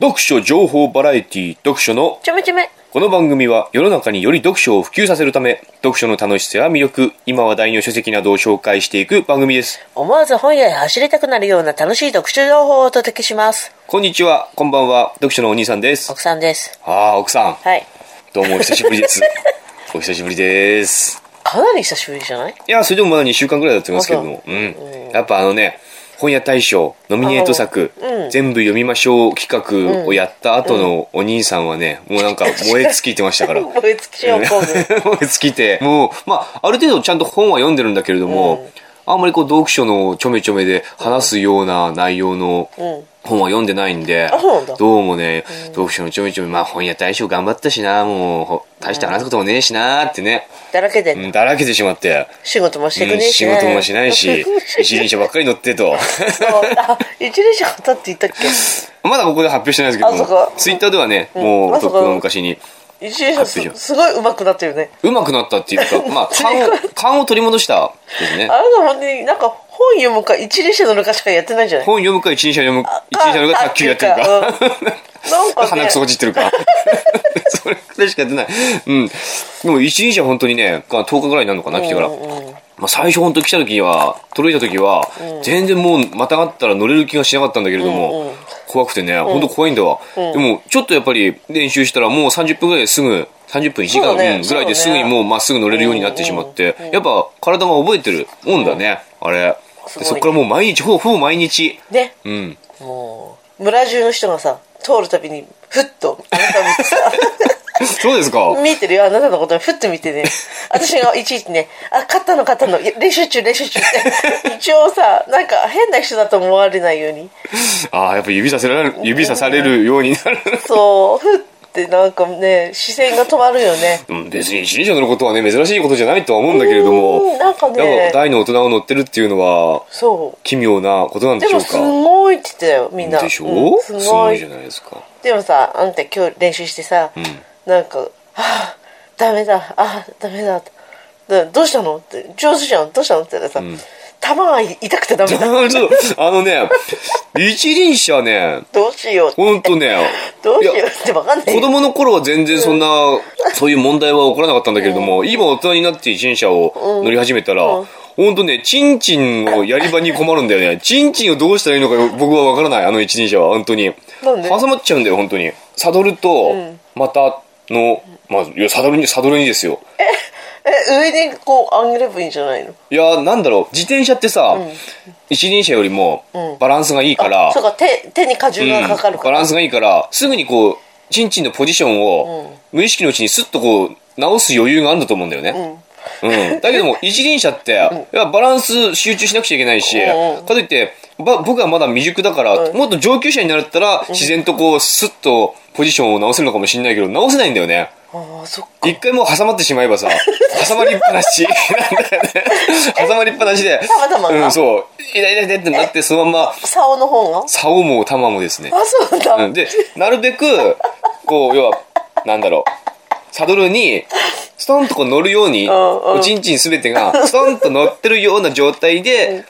読書情報バラエティ読書のちょめちょめ。この番組は世の中により読書を普及させるため読書の楽しさや魅力今話題の書籍などを紹介していく番組です思わず本屋へ走りたくなるような楽しい読書情報をお届けします。こんにちはこんばんは読書のお兄さんです奥さんです。ああ奥さんはい。どうもお久しぶり ですお久しぶりですかなり久しぶりじゃないいやそれでもまだ2週間ぐらいだと思いますけれどもうんやっぱあのね本屋大賞ノミネート作、うん全部読みましょう企画をやった後のお兄さんはね、もうなんか燃え尽きてま したから燃え尽き症候群。燃え尽きてもう、まあ、ある程度ちゃんと本は読んでるんだけれども、あんまりこう読書のちょめちょめで話すような内容のうん。本は読んでないんであそうなんだ、どうもね、読書のちょめちょめ、まあ本屋大賞頑張ったしな、もうほ大して話すこともねえしなってね、だらけで、うんだらけてしまって、仕事もしてくうんねえし仕ね、、事もしないし 一輪車ばっかり乗ってと。 そうあ、一輪車買ったって言ったっまだここで発表してないですけどあそもこ、ツイッターではね、うんもあうとそっこくの昔に、け一輪車買ってきすたすごい上手くなってるね。うまくなったっていうか、 まあ、勘を、勘を取り戻したですねあ。なた本当になんか本読むか一輪車乗るかしかやってないんじゃない本読むか一輪車読む一輪車のが卓球やってるあか卓球かなんかね鼻くそほじってる かそれくらいしかやってないうんでも一輪車本当にね10日ぐらいになるのかな来てから、うんうんうんまあ、最初本当来た時には届いた時は、全然もうまたがったら乗れる気がしなかったんだけれども、うんうん怖くてね本当怖いんだわ、んでもちょっとやっぱり練習したらもう30分ぐらいですぐ30分1時間そうだねうんぐらいですそうぐだねにもうまっすぐ乗れるようになってしまって、やっぱ体が覚えてるもんだね、あれすごいでねそっからもう毎日ほぼほぼ毎日ね、うんもう、村中の人がさ、通るたびに、ふっと、あなたを見てさ、 そうですか。見てるよ、あなたのことをふっと見てね。私がいちいちね、あ、勝ったの勝ったの、いや練習中練習中 って。一応さ、なんか変な人だと思われないように。ああ、やっぱ指させられる、指さされるようになる。 そう、ふってなんかね、視線が止まるよね。うん別に一人称のことはね、珍しいことじゃないとは思うんだけれどうもん、なんかなんねか、大の大人を乗ってるっていうのは、そ奇妙なことなんう。ででしょもうすか。ごいって言ってたよ、みんな。でしょうんすすごごいじゃい。ないですか。 でもさ、あんた今日練習してさ、なんか、あー、ダメだ、あー、ダメだ、だどうしたのって、上手じゃん、どうしたのって言ったらさ、玉が痛くてダメだ。ちょっとあのね、一輪車ね、どうしようってほんとね、どうしようってわかんない子よ。供の頃は全然そんな、そういう問題は起こらなかったんだけれども、今大人になって自転車を乗り始めたら、ほんとね、チンチンのやり場に困るんだよね。 チンチンをどうしたらいいのか僕はわからない、あの一輪車は、本当に。なんで挟まっちゃうんだよ、本当に。サドルと、またの、まあ、いや、サドルに、サドルにですよ。え、上にこう上げればいいんじゃないのいや、なんだろう、自転車ってさ、一輪車よりもうんバランスがいいから、そうか、手、手に荷重がかかうるんかバら。ランスがいいからすぐにこうチンチンのポジションを、無意識のうちにスッとこう直す余裕があるんだと思うんだよね、うんだけども一輪車って、いやバランス集中しなくちゃいけないし、うんうんかといってば僕はまだ未熟だから、もっと上級者になったら自然とこうスッとポジションを直せるのかもしれないけど直せないんだよねああ、そっか。一回もう挟まってしまえば さ挟まりっぱなしなんだよね挟まりっぱなしでたまたまがうん、そう痛い痛い痛いってなってそのまま竿の方があ、竿も玉もですねそううなんんだ。で、なるべく、こう、要は、なんだろう、サドルに、ストンとこう乗るように、んうんおちんちんすべてが、ストンと乗ってるような状態で、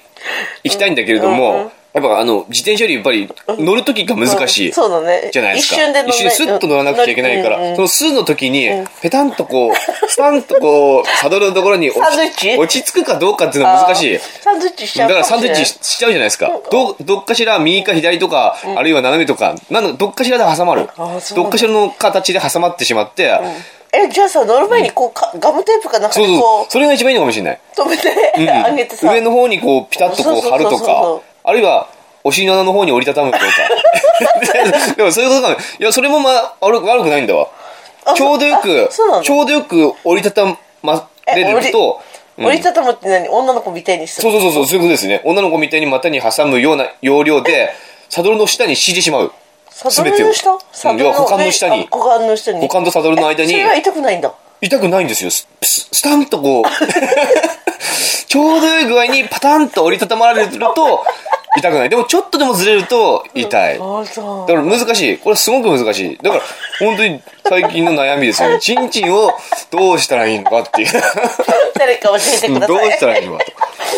行きたいんだけれどうんうんも、やっぱあの、自転車よりやっぱり、乗るときが難しい。そうだね。じゃないですか。一瞬で乗んないスッと乗らなくちゃいけないかうんうんうんら、そのスーの時に、ペタンとこう、スタンとこう、サドルのところに落サンドイッちチ落ち着くかどうかっていうのは難しいあー。サンドイッチしちだゃうからもしサれンドないイッチしちゃうじゃないですか。ど、どっかしら右か左とか、あるいは斜めとか、なんかどっかしらで挟まるあー。そうなんだどっかしらの形で挟まってしまって、えじゃあさ乗る前にこうかガムテープかなんかそうでそこう、それが一番いいのかもしれない。う止めて、うん上げてさ上の方にこう、ピタッとこうそう貼そうるそうそとうそうか、あるいは、お尻の穴の方に折りたたむとか。 でもそういうことかも。いや、それもまあ、悪く悪くないんだわ。あちょうどよくあそうなの、ちょうどよく折りたたまれると、うん折りたたむって何女の子みたいにすそうるそうそうそう、そういうことですね。女の子みたいに股に挟むような要領で、サドルの下に敷いてしまう。サドルの下サうんド要ルは股間の下にあ。股間の下に股間とサドルの間にそれ、は痛くないんだ痛くないんですよ。スススタンとこう、 ちょうどいい具合にパタンと折りたたまれると、痛くない。でもちょっとでもずれると、痛い。あそうだから難しい。これすごく難しい。だから、本当に最近の悩みですよね。チンチンをどうしたらいいのかっていう。誰か教えてうんくだどうさい。したらいいのかと。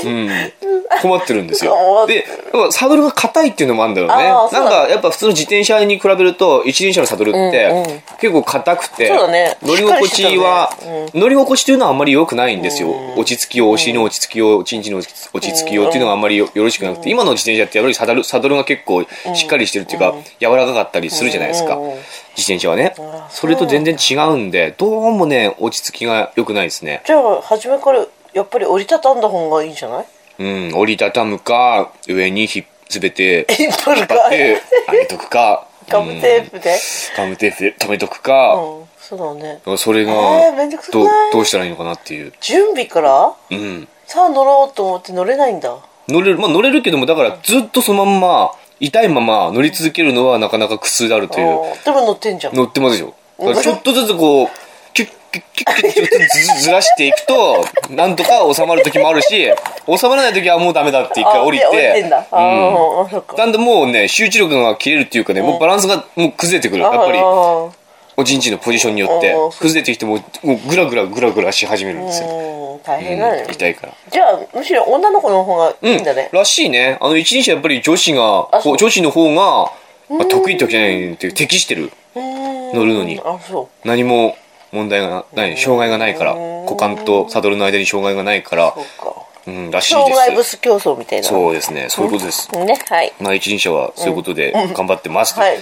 うん、困ってるんです困よっでなんかサドルが硬いっていうのもあるんだろうあーねそなうなんんだかやっぱ普通の自転車に比べると一輪車のサドルって、うんうん結構硬くて、そうだね乗り心地は、乗り心地というのはあんまり良くないんですよ、落ち着きをお尻の落ち着きをチンチの落ち落ち着きをっていうのがあんまりよよろしくなくて、今の自転車ってやっぱりサドルサドルが結構しっかりしてるっていうか、柔らかかったりするじゃないですか、うんうん自転車はねあーそれと全然違うんでどうもね落ち着きが良くないですねじゃあ、初めから、やっぱり折りたたんだ方がいいんじゃないうん、折りたたむか、上にひ全て引っ張る引っか張って、あげとく か、ガムテープで。うんガムテープで止めとくうか、ん、そうだね。それが、えーめんどくさくどうないどうしたらいいのかなっていう。準備からうん。さあ乗ろうと思って乗れないんだ。乗れる、まあ乗れるけども、だからずっとそのまんま、痛いまま乗り続けるのはなかなか苦痛であるという。あーでも乗ってんじゃん。乗ってますでしょ。だからちょっとずつこう、キュッキュッキュッキュッキュッとずずらしていくと、なんとか収まる時もあるし、収まらない時はもうダメだって一回降りて、あで降りてんだ。あーそっか。なんでもうね、集中力が切れるっていうかね、もうバランスがもう崩れてくる。やっぱりあ、ーおちんちんのポジションによってあー、崩れてきてもう、もうグラグラグラグラし始めるんですよ。うん、大う変だねん、。痛いから。じゃあ、むしろ女の子の方がういいんんだね。らしいね。あの、一輪車やっぱり女子が、あこそうう女子の方が、まあ、得意ってわけじゃないっていう、適してる。乗乗るのにあ、そ何も問題がない、障害がないから、股間とサドルの間に障害がないからう。、そうか。うん、らしい障害で物す。競争みたいな。そうですね、そういうことです。ね、はい。まあ、一輪車はそういうことで頑張ってますと。はい。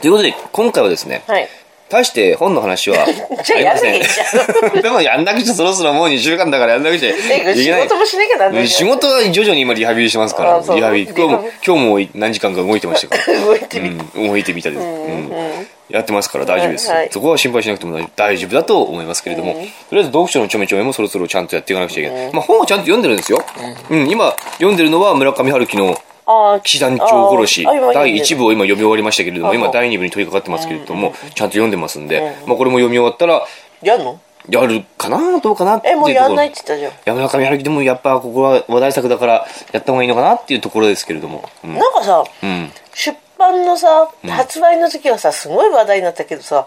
ということで、今回はですね、はい。大して本の話は じゃあやんなきゃいいじゃん でもやんなくちゃそろそろもう2週間だからやんなくちゃいけえ、仕ない事もしなきゃなんない仕事は徐々に今リハビリしてますかあらそうリハビリ今日も今日も何時間か動いてました から、動いてみうん、動いてみたり、うんやってますから大丈夫です、はいはいそこは心配しなくても大大丈夫だと思いますけれども、とりあえず読書のちょめちょめもそろそろちゃんとやっていかなくちゃいけない、まあ、本はちゃんと読んでるんですよ、うん今読んでるのは村上春樹のあー騎士団長殺しあーあ今読ん第でる1部を今読み終わりましたけれどもあ今そう第2部に取り掛かってますけれどもちゃんと読んでますんで、まあ、これも読み終わったらやんのやるかなどうかなっていえ、うともこうろやんないって言ったじゃん。山中みはるきでもやっぱここは話題作だからやった方がいいのかなっていうところですけれども、うんなんかさ、ん出版のさ、発売の時はさ、すごい話題になったけどさ、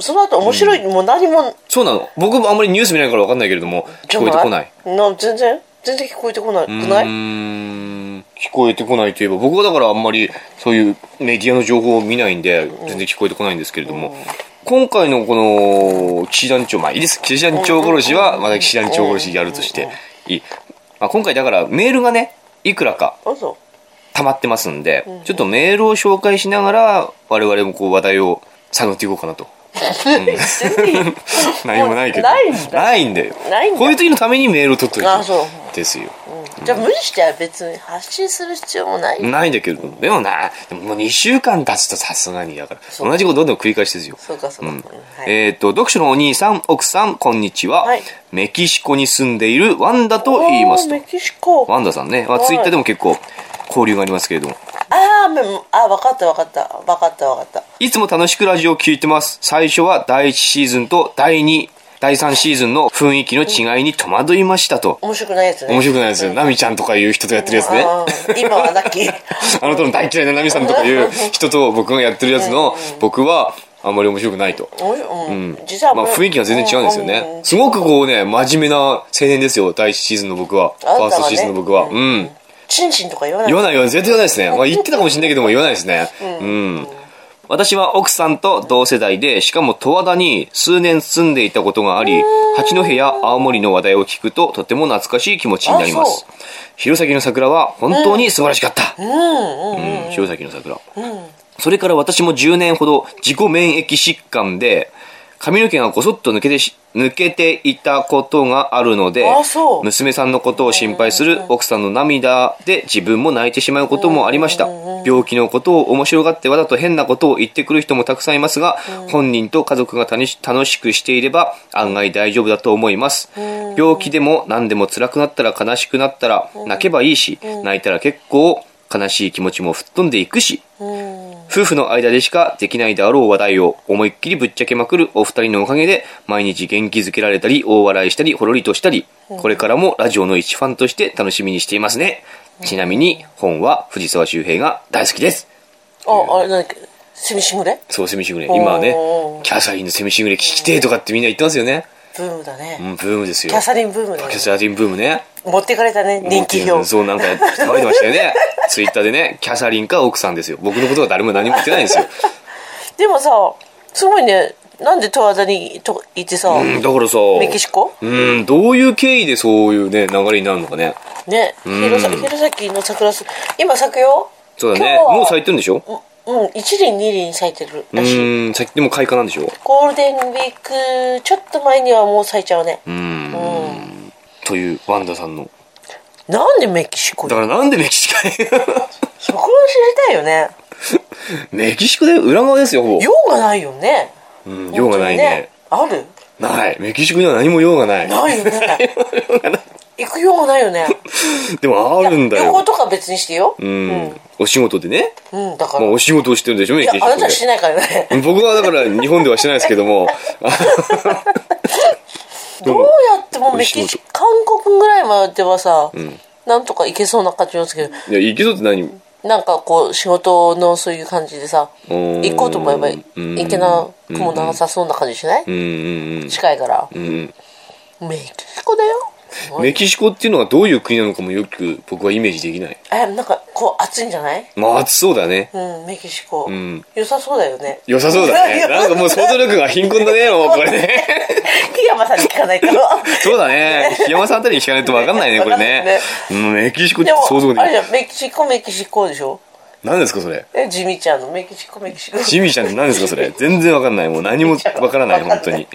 その後面白い、もう何も、そうなの僕もあんまりニュース見ないから分かんないけれども聞こえてこないな全然、全然聞こえてこない。くうないーん聞こえてこないといえば僕はだからあんまりそういうメディアの情報を見ないんで全然聞こえてこないんですけれども、今回のこの騎士団長まあいいです騎士団長殺しはまだ騎士団長殺しやるとしていい、まあ、今回だからメールがねいくらかあ、 そ溜まってますんで、ちょっとメールを紹介しながら我々もこう話題を探っていこうかな と。うん何もないけどないんだないんだよないんだこういう時のためにメールを取っといてあそうですよう。じゃあ無理しては別に発信する必要もない。ないんだけれどもでもなでももう2週間経つとさすがにだからそう同じことどんどん繰り返してですよそうかそうか。うんはいえっ、と、読書のお兄さん、奥さん、こんにちは。はいメキシコに住んでいるワンダと言いますおーとメ。キシコ。ワンダさんね、まあ、はいツイッターでも結構交流がありますけれども。あーめあ、わかったわかった。わかったわかった。いつも楽しくラジオを聞いてます。最初は第1シーズンと第2、第3シーズンの雰囲気の違いに戸惑いましたと。面白くないやつね。面白くないですよ。ナミちゃんとかいう人とやってるやつね。あー今はラ ッキー。あの人の大嫌いなナミさんとかいう人と僕がやってるやつの、僕はあんまり面白くないと。面白いうん。実はまあ雰囲気が全然違うんですようね。すごくこうね、真面目な青年ですよ。第1シーズンの僕は。フあんたァーはスねトシーズンの僕は。うん。チンチンとか言わない言わない言わない絶対言わないですね、まあ、言ってたかもしれないけども言わないですねうん私は奥さんと同世代でしかも十和田に数年住んでいたことがあり八戸や青森の話題を聞くととても懐かしい気持ちになりまあすそ弘前の桜は本当に素晴らしかったうん弘前の桜それから私も10年ほど自己免疫疾患で髪の毛がごそっと抜けてし抜けていたことがあるのであそう娘さんのことを心配する奥さんの涙で自分も泣いてしまうこともありました病気のことを面白がってわざと変なことを言ってくる人もたくさんいますが本人と家族が楽し楽しくしていれば案外大丈夫だと思います病気でも何でも辛くなったら悲しくなったら泣けばいいし泣いたら結構悲しい気持ちも吹っ飛んでいくし夫婦の間でしかできないであろう話題を思いっきりぶっちゃけまくるお二人のおかげで毎日元気づけられたり大笑いしたりほろりとしたりこれからもラジオの一ファンとして楽しみにしていますねちなみに本は藤沢周平が大好きですあ、あれなんだっけセミシグレそう、セミシグレ。今はねおー、キャサリンのセミシグレ聞きてえとかってみんな言ってますよね。ブームだね、うん、ブームですよ。キャサリンブームだねキャサリンブームね。持ってかれたね人気票そう、なんか、騒いでましたよね。ツイッターでね、キャサリンか奥さんですよ。僕のことは誰も何も言ってないん ですよ。でもさすごいねなんで十和田にと行ってさ、うん、だからさ、メキシコうん、どういう経緯でそういうね、流れになるのかね。ね弘前弘前の桜す今咲くよそうだね。今日はもう咲いてるんでしょうん一輪二輪咲いてるうらしいん、咲いても開花なんでしょゴールデンウィークちょっと前にはもう咲いちゃうね、うん。という、ワンダさんの。なんでメキシコだかにらなんでメキシコへそこを知りたいよね メキシコで裏側ですよ、ほぼ。用がないよねうん、用がないね。本当にねない。メキシコには何も用がない。あるない よね行く用がないよねでもあるんだ旅行よ。とか別にしてよう、うんん。お仕事でね。だかまら、あ、お仕事をしてるんでしょ、メキいやシあコなたはしてないからねで。僕はだから日本ではしてないですけど も。どうやってもメキシ美味しいもコ韓国ぐらいまではさ、なんとかいけそうな感じなんですけどいや、行けそうって何うなんかこう仕事のそういう感じでさーん行こうと思えばいうんけなくもなさそうな感じしないんうん近いからうんうんメキシコだようん。メキシコっていうのはどういう国なのかもよく僕はイメージできない。えなんかこう暑いんじゃないまあ、暑そうだね。うんメキシコ、ん良さそうだよね良さそうだ ね。良さなんかもう想像力が貧困だね、 もうこれね。木山さんに聞かないとそうだね。檜山さんあたりに聞かないと分かんないね、これね。うんメキシコってでも想像であきれじる。ゃんメキシコメキシコでしょ何ですか、それ。えジミーちゃんのメキシコメキシコジミーちゃんって何ですかそれ全然わかんないもう何もわからない本当に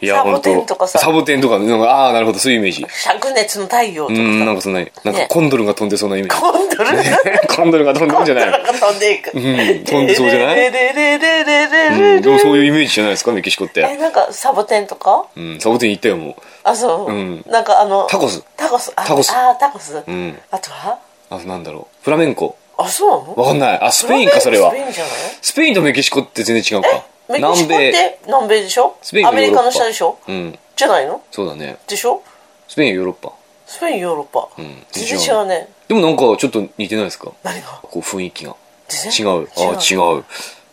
いやサボ本当テンとかさサボテンとかなんかああなるほどそういうイメージ灼熱の太陽とうかさんなんかそんなになんかねコンドルが飛んでそうなイメージコンドルが コンドルが飛んでるんじゃないのなんか飛んでいく。うん飛んでそうじゃないでででうででででんでもそういうイメージじゃないですかメキシコっえ、てなんかサボテンとかうんサボテン行ったよもあ、そう。うんなんかあの、タコスタコス。あタコスあー、タコス。んあとはうあとなんだろうフラメンコあ、そうなのわかんないあスペインかそれはスペインじゃないスペインとメキシコって全然違うかメキシコって南米でしょスペインアがヨメーリロッパカの下でしょうんじゃないのそうだねでしょスペインヨーロッパスペイン、ヨーロッパ。ん全然違うね。でもなんかちょっと似てないですか何がこう雰囲気が違全然うああ違う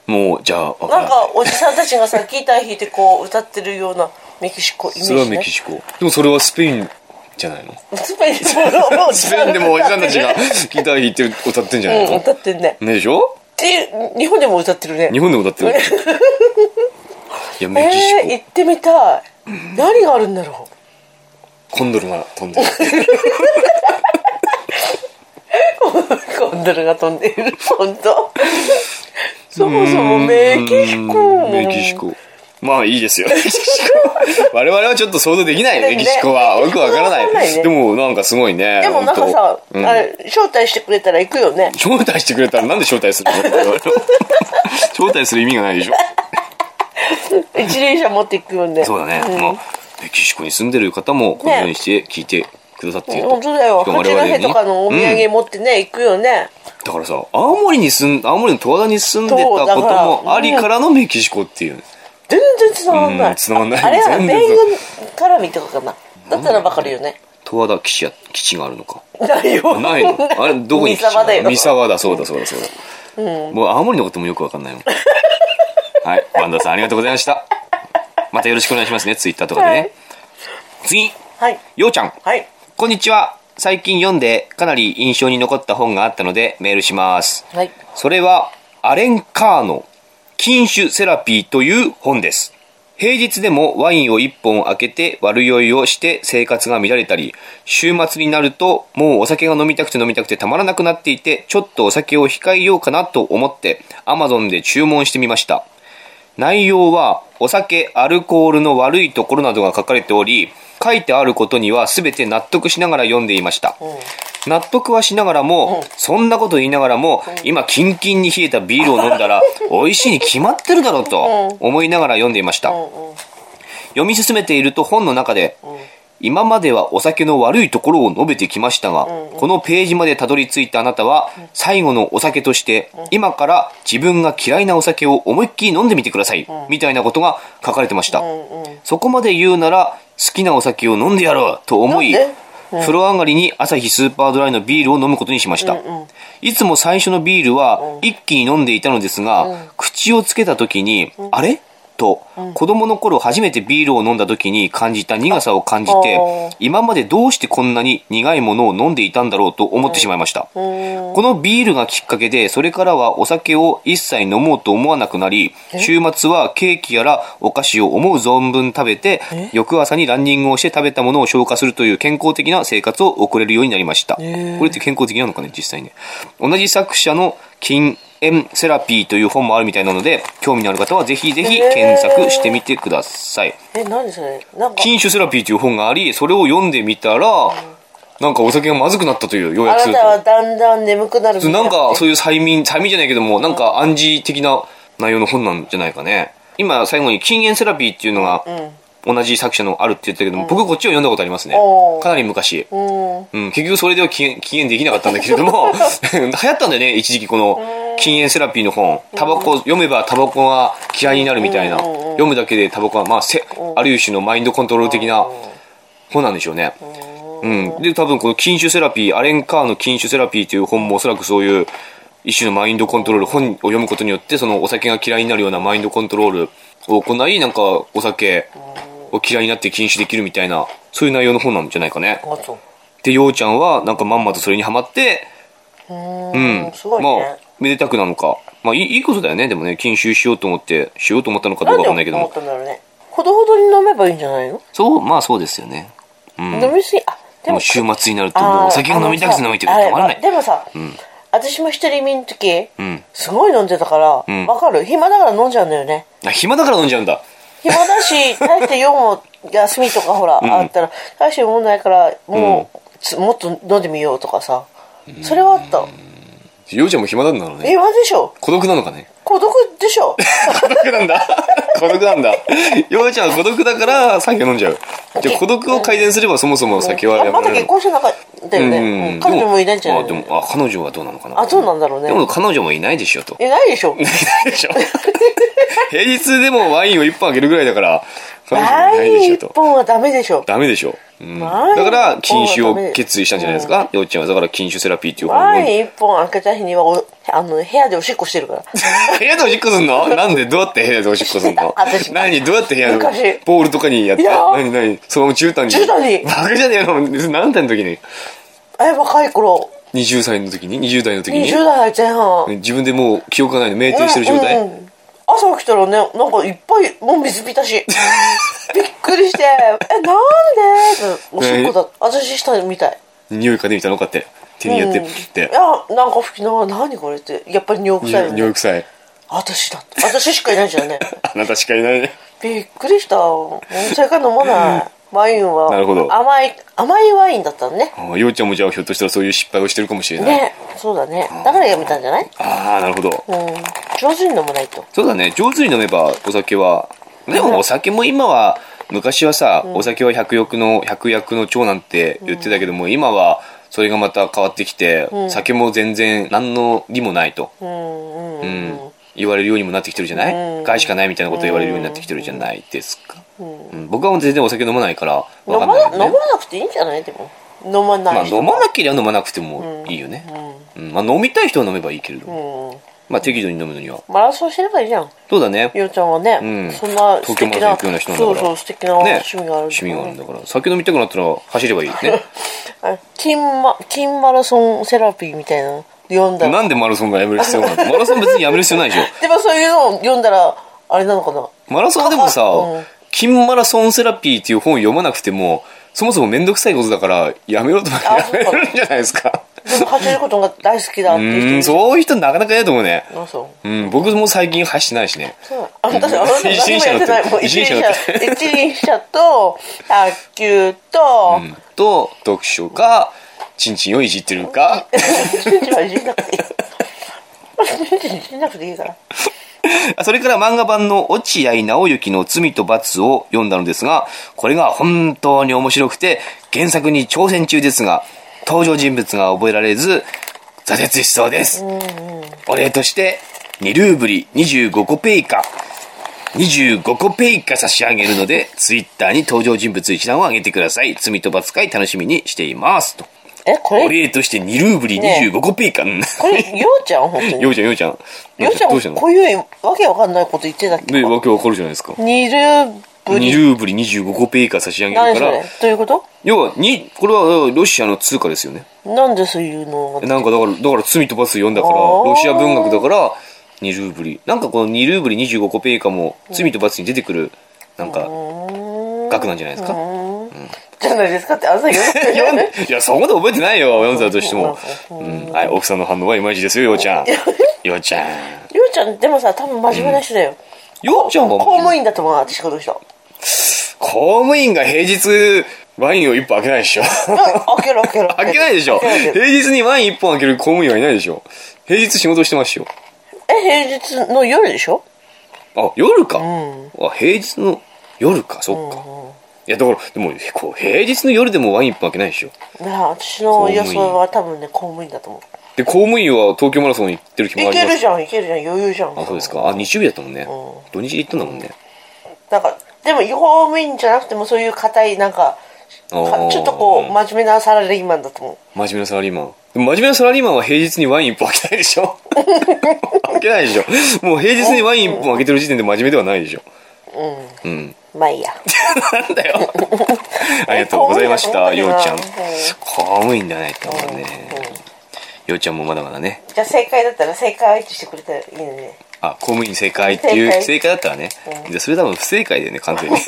もうじゃあわかなんないかおじさんたちがさ、ギター弾いてこう歌ってるようなメキシコイメージ、ね。それはメキシコでもそれはスペインじゃないのスペインでもスペインでもおじさんた ちがギター弾いて歌ってんじゃないうん、の、歌ってんね。ねでしょで、日本でも歌ってるね日。本でも歌って るいやえメキシコ、ー、行ってみたい。何があるんだろコンドルが飛んでるう。コンドルが飛んでいる。本当。 そもそもメキシコうも。んメキシ。コまあいいですよメキシコ我々はちょっと想像できないねメキシコはよくわからなわいかんないねでもなんかすごいねでもなんかさ本、当うんあれ、招待してくれたら行くよね。招待してくれたらなんで招待するの我々は招待する意味がないでしょ一輪車持って行くよね。そうだね、んまあ、メキシコに住んでる方もこのようにして聞いてくださっていると、本当だよ。しかも八我々ね戸とかのお土うん産持ってね、行くよね。だからさ青森に住ん青森の十和田に住んでたそうこだとからもありからのメキシコっていう、全然繋がんなうんい。繋がんないああれは全米然軍絡みとかかな。だったらわかるよね。十和田基地や基地があるのかないよ。ないの あれどこに基地が三沢だよ三沢だそうだそうだそうだ、もう青森のこともよくわかんないもんはいワンダさんありがとうございましたまたよろしくお願いしますねツイッターとかでね、はい次はい。ようちゃんはい。こんにちは最近読んでかなり印象に残った本があったのでメールしますはい。それは、アレン・カーの禁酒セラピーという本です。平日でもワインを一本開けて悪酔いをして生活が乱れたり、週末になるともうお酒が飲みたくて飲みたくてたまらなくなっていて、ちょっとお酒を控えようかなと思って、Amazon で注文してみました。内容はお酒アルコールの悪いところなどが書かれており書いてあることには全て納得しながら読んでいました、納得はしながらも、そんなこと言いながらも、今キンキンに冷えたビールを飲んだ ら美味しいに決まってるだろうと思いながら読んでいました、読み進めていると本の中で、今まではお酒の悪いところを述べてきましたが、このページまでたどり着いたあなたは、最後のお酒として、今から自分が嫌いなお酒を思いっきり飲んでみてください、みたいなことが書かれてました、そこまで言うなら好きなお酒を飲んでやろうと思いなんで風呂上がりに朝日スーパードライのビールを飲むことにしました。いつも最初のビールは一気に飲んでいたのですが、口をつけた時に、あれと、子供の頃初めてビールを飲んだ時に感じた苦さを感じあーて、今までどうしてこんなに苦いものを飲んでいたんだろうと思ってしまいました。うんこのビールがきっかけで、それからはお酒を一切飲もうと思わなくなり、週末はケーキやらお菓子を思う存分食べてえ、翌朝にランニングをして食べたものを消化するという健康的な生活を送れるようになりました。こへえれって健康的なのかね、実際ね。同じ作者の禁煙セラピーという本もあるみたいなので、興味のある方はぜひぜひ検索してみてください。え何それなんか禁酒セラピーという本があり、それを読んでみたら、なんかお酒がまずくなったという、ようあやくすなるとた。はだんだん眠くなるみたいなんか、そそういう催眠、催眠じゃないけども、なんか暗示的な内容の本なんじゃないかね。今、最後に禁煙セラピーっていうのが、同じ作者のあるって言ったけども、僕こっちを読んだことありますねおー。かなり昔。うんうん、結局それでは禁煙禁煙できなかったんだけれども、流行ったんだよね、一時期この禁煙セラピーの本。タバコ、読めばタバコが嫌いになるみたいな。うんうんうん読むだけでタバコは、まあ、せある種のマインドコントロール的な本なんでしょうね。うん。で、多分この禁酒セラピー、アレン・カーの禁酒セラピーという本もおそらくそういう一種のマインドコントロール、本を読むことによって、そのお酒が嫌いになるようなマインドコントロールを行い、なんかお酒を嫌いになって禁酒できるみたいな、そういう内容の本なんじゃないかね。あそうで、ようちゃんは、なんかまんまとそれにはまって、ううーんん。すごいまねあ、めでたくなのか。まあ、いいいいことだよね、でもね、禁酒しようと思って、しようと思ったのかどうかわかんないけど思っも。たんだろうねほどほどに飲めばいいんじゃないの、そう、まあそうですよね。うん。飲みすぎあででもも週末になると、あもうーお酒が飲みたくて飲みたくてあのたさまらなあい。でもさ、私も一人身の時、んすごい飲んでたからわ、んかる暇だから飲んじゃうんだよねあ、暇だから飲んじゃうんだ。暇だし大して用も休みとかほら、あったら大して問ないからもう、つもっと飲んでみようとかさそれはあったようちゃんも暇なんだろうね。暇でしょ孤独なのかね。孤独でしょ孤独なんだ。 孤独なんだ。ようちゃんは孤独だから酒飲んじゃう。じゃあ孤独を改善すればそもそも酒はあやまめだられ結る。婚してなかったよね、うん彼女もいないんじゃないでも、あ、でもあ彼女はどうなのかな。あそうなんだろうねでも彼女もいないでしょと。いないでしょい ないでしょ平日でもワインを1本あげるぐらいだから彼女もいワないでイしンょ一と本はダメでしょダメでしょ、うん、だワイかンら禁酒を決意したんじゃないですか幼稚園はだから禁酒セラピーっていう本をワ読んでイン一本開けた日にはおあの部屋でおしっこしてるから部屋でおしっこすんのなんでどうやって部屋でおしっこすんの私何どうやって部屋昔でボールとかにやっていや何何そのまま絨毯に絨毯にバカじゃねえの何歳の時にえ若い頃20歳の時に20代の時に20代前半自分でもう記憶がないの酩酊してる状態、うんうん朝起きたらねなんかいっぱいもう水浸 しびっくりして「えなんで?」っておしっこだ私したみたい匂い嗅いでみたのかって手にやってうんピッいて、やなんか吹きながら何これってやっぱり尿臭いよ匂いね臭い私だって私しかいないじゃんねあなたしかいないねびっくりしたもうそれから飲まないワインはなるほど甘い甘いワインだったのねああようちゃんもじゃあひょっとしたらそういう失敗をしてるかもしれない、ねそうだねだからやめたんじゃないああなるほどうん上手に飲まないとそうだね上手に飲めばお酒はでもお酒も今は昔はさ、お酒は百欲の百薬の長なんて言ってたけども、今はそれがまた変わってきて、酒も全然何の利もないと、うんうんうん言われるようにもなってきてるじゃない、うん害しかないみたいなこと言われるようになってきてるじゃないですか、うん僕はもう全然お酒飲まないから飲わかまんないなけどね飲まなくていいんじゃないでも飲まないまあ、人飲まなければ飲まなくてもいいよね、うんまあ、飲みたい人は飲めばいいけれども、うんまあ、適度に飲むのにはマラソンしてればいいじゃんそうだねゆうちゃんはね、うんそんな素東京マラ敵ソンな行くような人なんだそかうらそう素敵なね趣味がある趣味があるんだから酒飲みたくなったら走ればいいねあ金マ金マラソンセラピーみたいなの読んだらなんでマラソンがやめる必要があるのマラソン別にやめる必要ないでしょでも そういうのを読んだらあれなのかなマラソンでもさうん「金マラソンセラピー」っていう本を読まなくてもそもそも面倒くさいことだからやめろとかあ やめるんじゃないですかでも走ることが大好きだっうてーいんう人そういう人なかなかいないと思うねあそううん僕も最近走ってないしねそうあ私あなた一何輪車もやってな乗っいてるもう一輪車一輪車乗って一輪車と卓球と、うんと読書かチンチンをいじってるかチンチはいじんなくていい。チンチいじんなくていいから。それから漫画版の落合直之の罪と罰を読んだのですが、これが本当に面白くて、原作に挑戦中ですが、登場人物が覚えられず、挫折しそうです。お礼として、2ルーブリ25個ペイカ、 25個ペイが差し上げるので、ツイッターに登場人物一覧を上げてください。罪と罰会楽しみにしています。と。えこおれ礼として2ルーブリ25個ペイか。うんこれようちゃん本当にようちゃん、ようちゃん。ようちゃどうしたんのこういうわけわかんないこと言ってたっけね、わけわかるじゃないですか。ニルブ2リルーブリ25個ペイが差し上げ何るかそれら、どういうこと要は、に、これはロシアの通貨ですよね。なんでそういうのがなんかだから、だから罪と罰読んだから、あーロシア文学だから、2ルーブリ。なんかこの2ルーブリ25個ペイカも、罪と罰に出てくる、なんか、額なんじゃないですか。じゃないですかってあんさん言わなくて読んでいや、そこまで覚えてないよ、読んだとしても。ううん。はい、奥さんの反応はいまいちですよ、ようち ゃん。ようちゃん。りょうちゃんでもさ多分真面目な人だよ、ようちゃんは、公務員だと思う私この人公務員が平日、ワインを一本開けないでしょ。あ開けろ開けろ開けないでしょ。開けない平日にワイン一本開ける公務員はいないでしょ。平日仕事してますよ。え平日の夜でしょあ、夜か。んあ、平日の夜か、そっか。いや、だから、でも、こう平日の夜でもワイン一本開けないでしょ。なあ私の予想は多分ね公務員だと思うで、公務員は東京マラソン行ってる暇いありけまるすじゃんいけるじゃん余裕じゃんあ、そうですか。あ、日曜日だったもんね。土日行ったんだもんね。なんかでも公務員じゃなくてもそういう硬いなんかあかーちょっとこう真面目なサラリーマンだと思真面目なサラリーマン。でも真面目なサラリーマンは平日にワイン一本開けないでし ょ開けないでしょもう平日にワイン一本開けてる時点で真面目ではないでしょうまあいいやなんだ よありがとうございました、ようちゃん。公務員ではないと思うね。ようちゃんもまだまだね。じゃあ正解だったら正解相手してくれたらいいのにねあ、公務員正解ってい正う、解正解だったらね。じゃあそれ多分不正解だよね、完 全に。公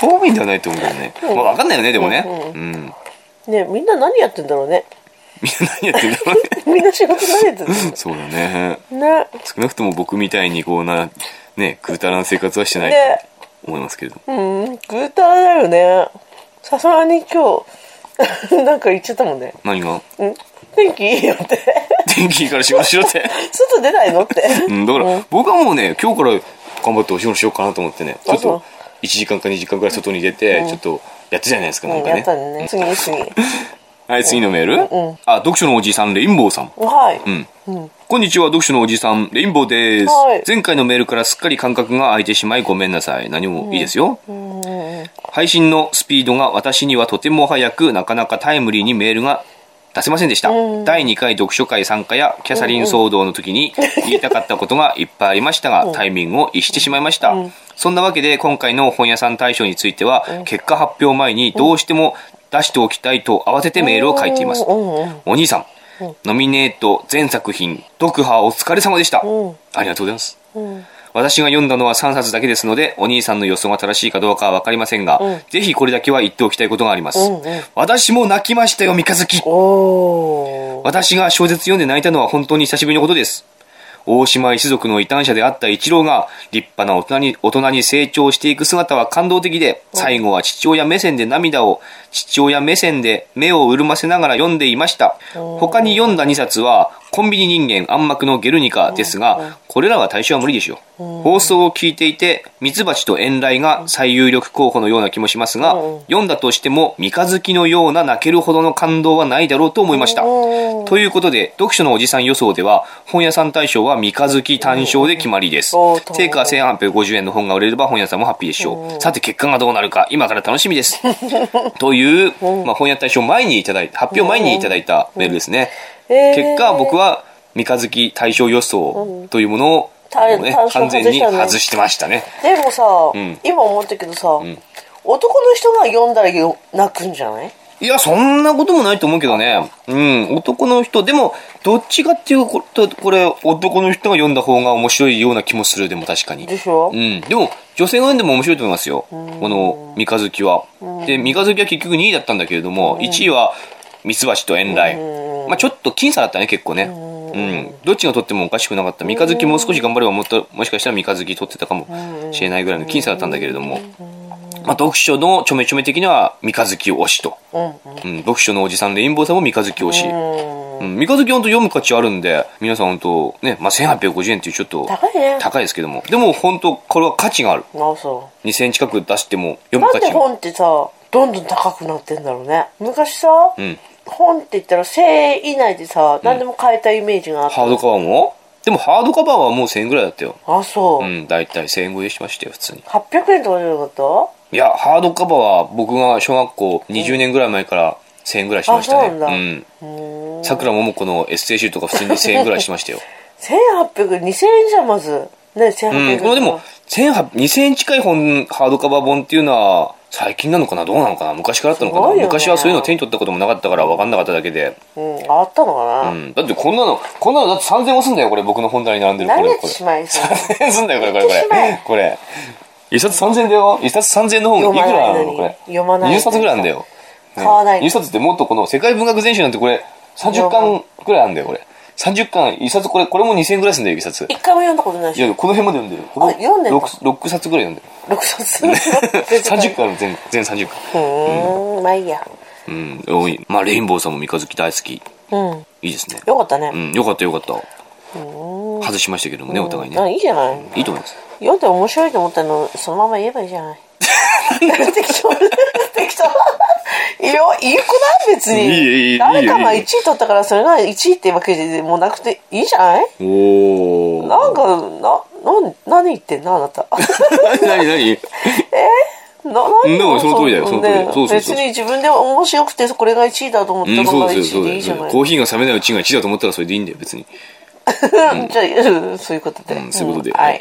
務員ではないと思うけどね。まあわかんないよね、でもね。うん。みんなねみんな何やってんだろうね 何やってんだろうね。 みんな仕事何やってんだろそうだね。うね少なくとも僕みたいにこうな、ね、くうたらん生活はしてないねと思いますけれども。うんグータラだよねさすがに今日 なんか言っちゃったもんね何が うん天気いいよって 天気いいから仕事しろって。外出ないのってうん、だから僕はもうね、今日から頑張ってお仕事しようかなと思ってね、ちょっあそとう1時間か2時間くらい外に出て、ちょっとやってたじゃないですか、うなんんかやっね。たね次次はい、次のメール。あ、読書のおじさん、レインボーさん。はい、うん。こんにちは、読書のおじさん、レインボーです。はい前回のメールからすっかり感覚が空いてしまいごめんなさい。何もいいですよ。配信のスピードが私にはとても早く、なかなかタイムリーにメールが出せませんでした。第2回読書会参加やキャサリン騒動の時 に言いたかったことがいっぱいありましたが、タイミングを逸してしまいました。そんなわけで今回の本屋さん大賞については、結果発表前にどうしても出しておきたいと慌ててメールを書いています。お兄さん、ノミネート全作品、読破お疲れ様でした。ありがとうございます。私が読んだのは3冊だけですので、お兄さんの予想が正しいかどうかはわかりませんが、ぜひこれだけは言っておきたいことがあります。私も泣きましたよ、三日月。おー私が小説読んで泣いたのは本当に久しぶりのことです。大島一族の異端者であった一郎が立派な大人に大人に成長していく姿は感動的で、最後は父親目線で涙を、父親目線で目を潤ませながら読んでいました。他に読んだ2冊は、コンビニ人間暗幕のゲルニカですが、これらは対象は無理でしょう。放送を聞いていて、ミツバチと遠雷が最有力候補のような気もしますが、読んだとしても三日月のような泣けるほどの感動はないだろうと思いました。ということで、読書のおじさん予想では、本屋さん大賞は三日月単勝で決まりですうんおー。定価1850円の本が売れれば本屋さんもハッピーでしょう。さて結果がどうなるか、今から楽しみ です。という、まあ、本屋大賞前にいただいた、発表前にいただいたメールですね。えー結果、僕は三日月大賞予想というものを、たもうね単、勝完外全したねに外してましたね。でもさ、ん今思ったけどさ、男の人が読んだらよ泣くんじゃないいや、そんなこともないと思うけどね。うん、男の人、でも、どっちかっていうこと、これ、男の人が読んだ方が面白いような気もする、でも確かにで。しょ、うん、でも、女性が読んでも面白いと思いますよ。この、三日月は。で、三日月は結局2位だったんだけれども、1位は、ミツバチと遠雷。まあちょっと僅差だったね、結構ね。うん。どっちが取ってもおかしくなかった。三日月もう少し頑張ればもっと、もしかしたら三日月取ってたかもしれないぐらいの僅差だったんだけれども。まあ、読書のちょめちょめ的には三日月推しと、うんうん、読書のおじさんレインボーさんも三日月推し、うんうん、三日月本当読む価値あるんで皆さん本当ね、まあ、1850円っていうちょっと高いね高いですけどもでも本当これは価値があるあそ2000円近く出しても読うむなん価で値が本ってさどんどん高くなってんだろうね昔さ、ん本って言ったら1000円以内でさ何でも買えたイメージがあった、ハードカバーもでもハードカバーはもう1000円ぐらいだったよ。あそう、うん、だいたい1000円超えしましたよ、普通に。 800円とかじゃなかったいや、ハードカバーは僕が小学校20年ぐらい前から1000円ぐらいしましたね。あそうなんだうん。さくらももこのエッセイ集とか普通に1000円ぐらいしましたよ。 1800 2000円じゃんまずね1800う円、ん。このでも、1800 2000円近い本、ハードカバー本っていうのは、最近なのかなどうなのかな昔からあったのかすな、ごいよね昔はそういうの手に取ったこともなかったから分かんなかっただけで。うん、あったのかな、うん。だってこんなの、こんなのだって3000円もすんだよ、これ。僕の本棚に並んでる。こ何れ、やっこてれ。しまいそう3000円す んだよ、これ、これ、こ言ってしまれえ。これ。一冊3000円だよ。一冊3000円の本いく読まらないなののにこれ。読まないのに20冊ぐらいあんだよ。買わないの2冊ってもっとこの世界文学全集なんてこれ、30巻ぐらいあんだよ、これ。30巻、一冊これ、これも2000円ぐらいすんだよ、一冊。一回も読んだことないいでしや、この辺まで読んでる。このあ読んでんの 6, 冊ぐらい読んでる。ょ6冊30巻ある、全、全30巻。うーんまあいいやうん、多い。まあ、レインボーさんも三日月大好き。いうんいですね。よかったね、うん、よかったよかった。外しましたけどもね、お互いあね。いいじゃないいいと思います。読んで面白いと思ったのそのまま言えばいいじゃない適当適当いいよいい子だ別にいいよいいよ誰かがいいよいいよ1位取ったからそれが1位ってわけでもなくていいじゃないおー。なんかなな何言ってんのあなた 何何何な何でもその通りだよその通りねそうそう別そうに自分で面白くてこれが1位だと思っうたん、のそうがですよ、そ1位うでいでいすじゃよ。ないコーヒーが冷めないうちが1だと思ったらそれでいいんだよ、別に。じゃあうんそういうことで、うんそういうことではい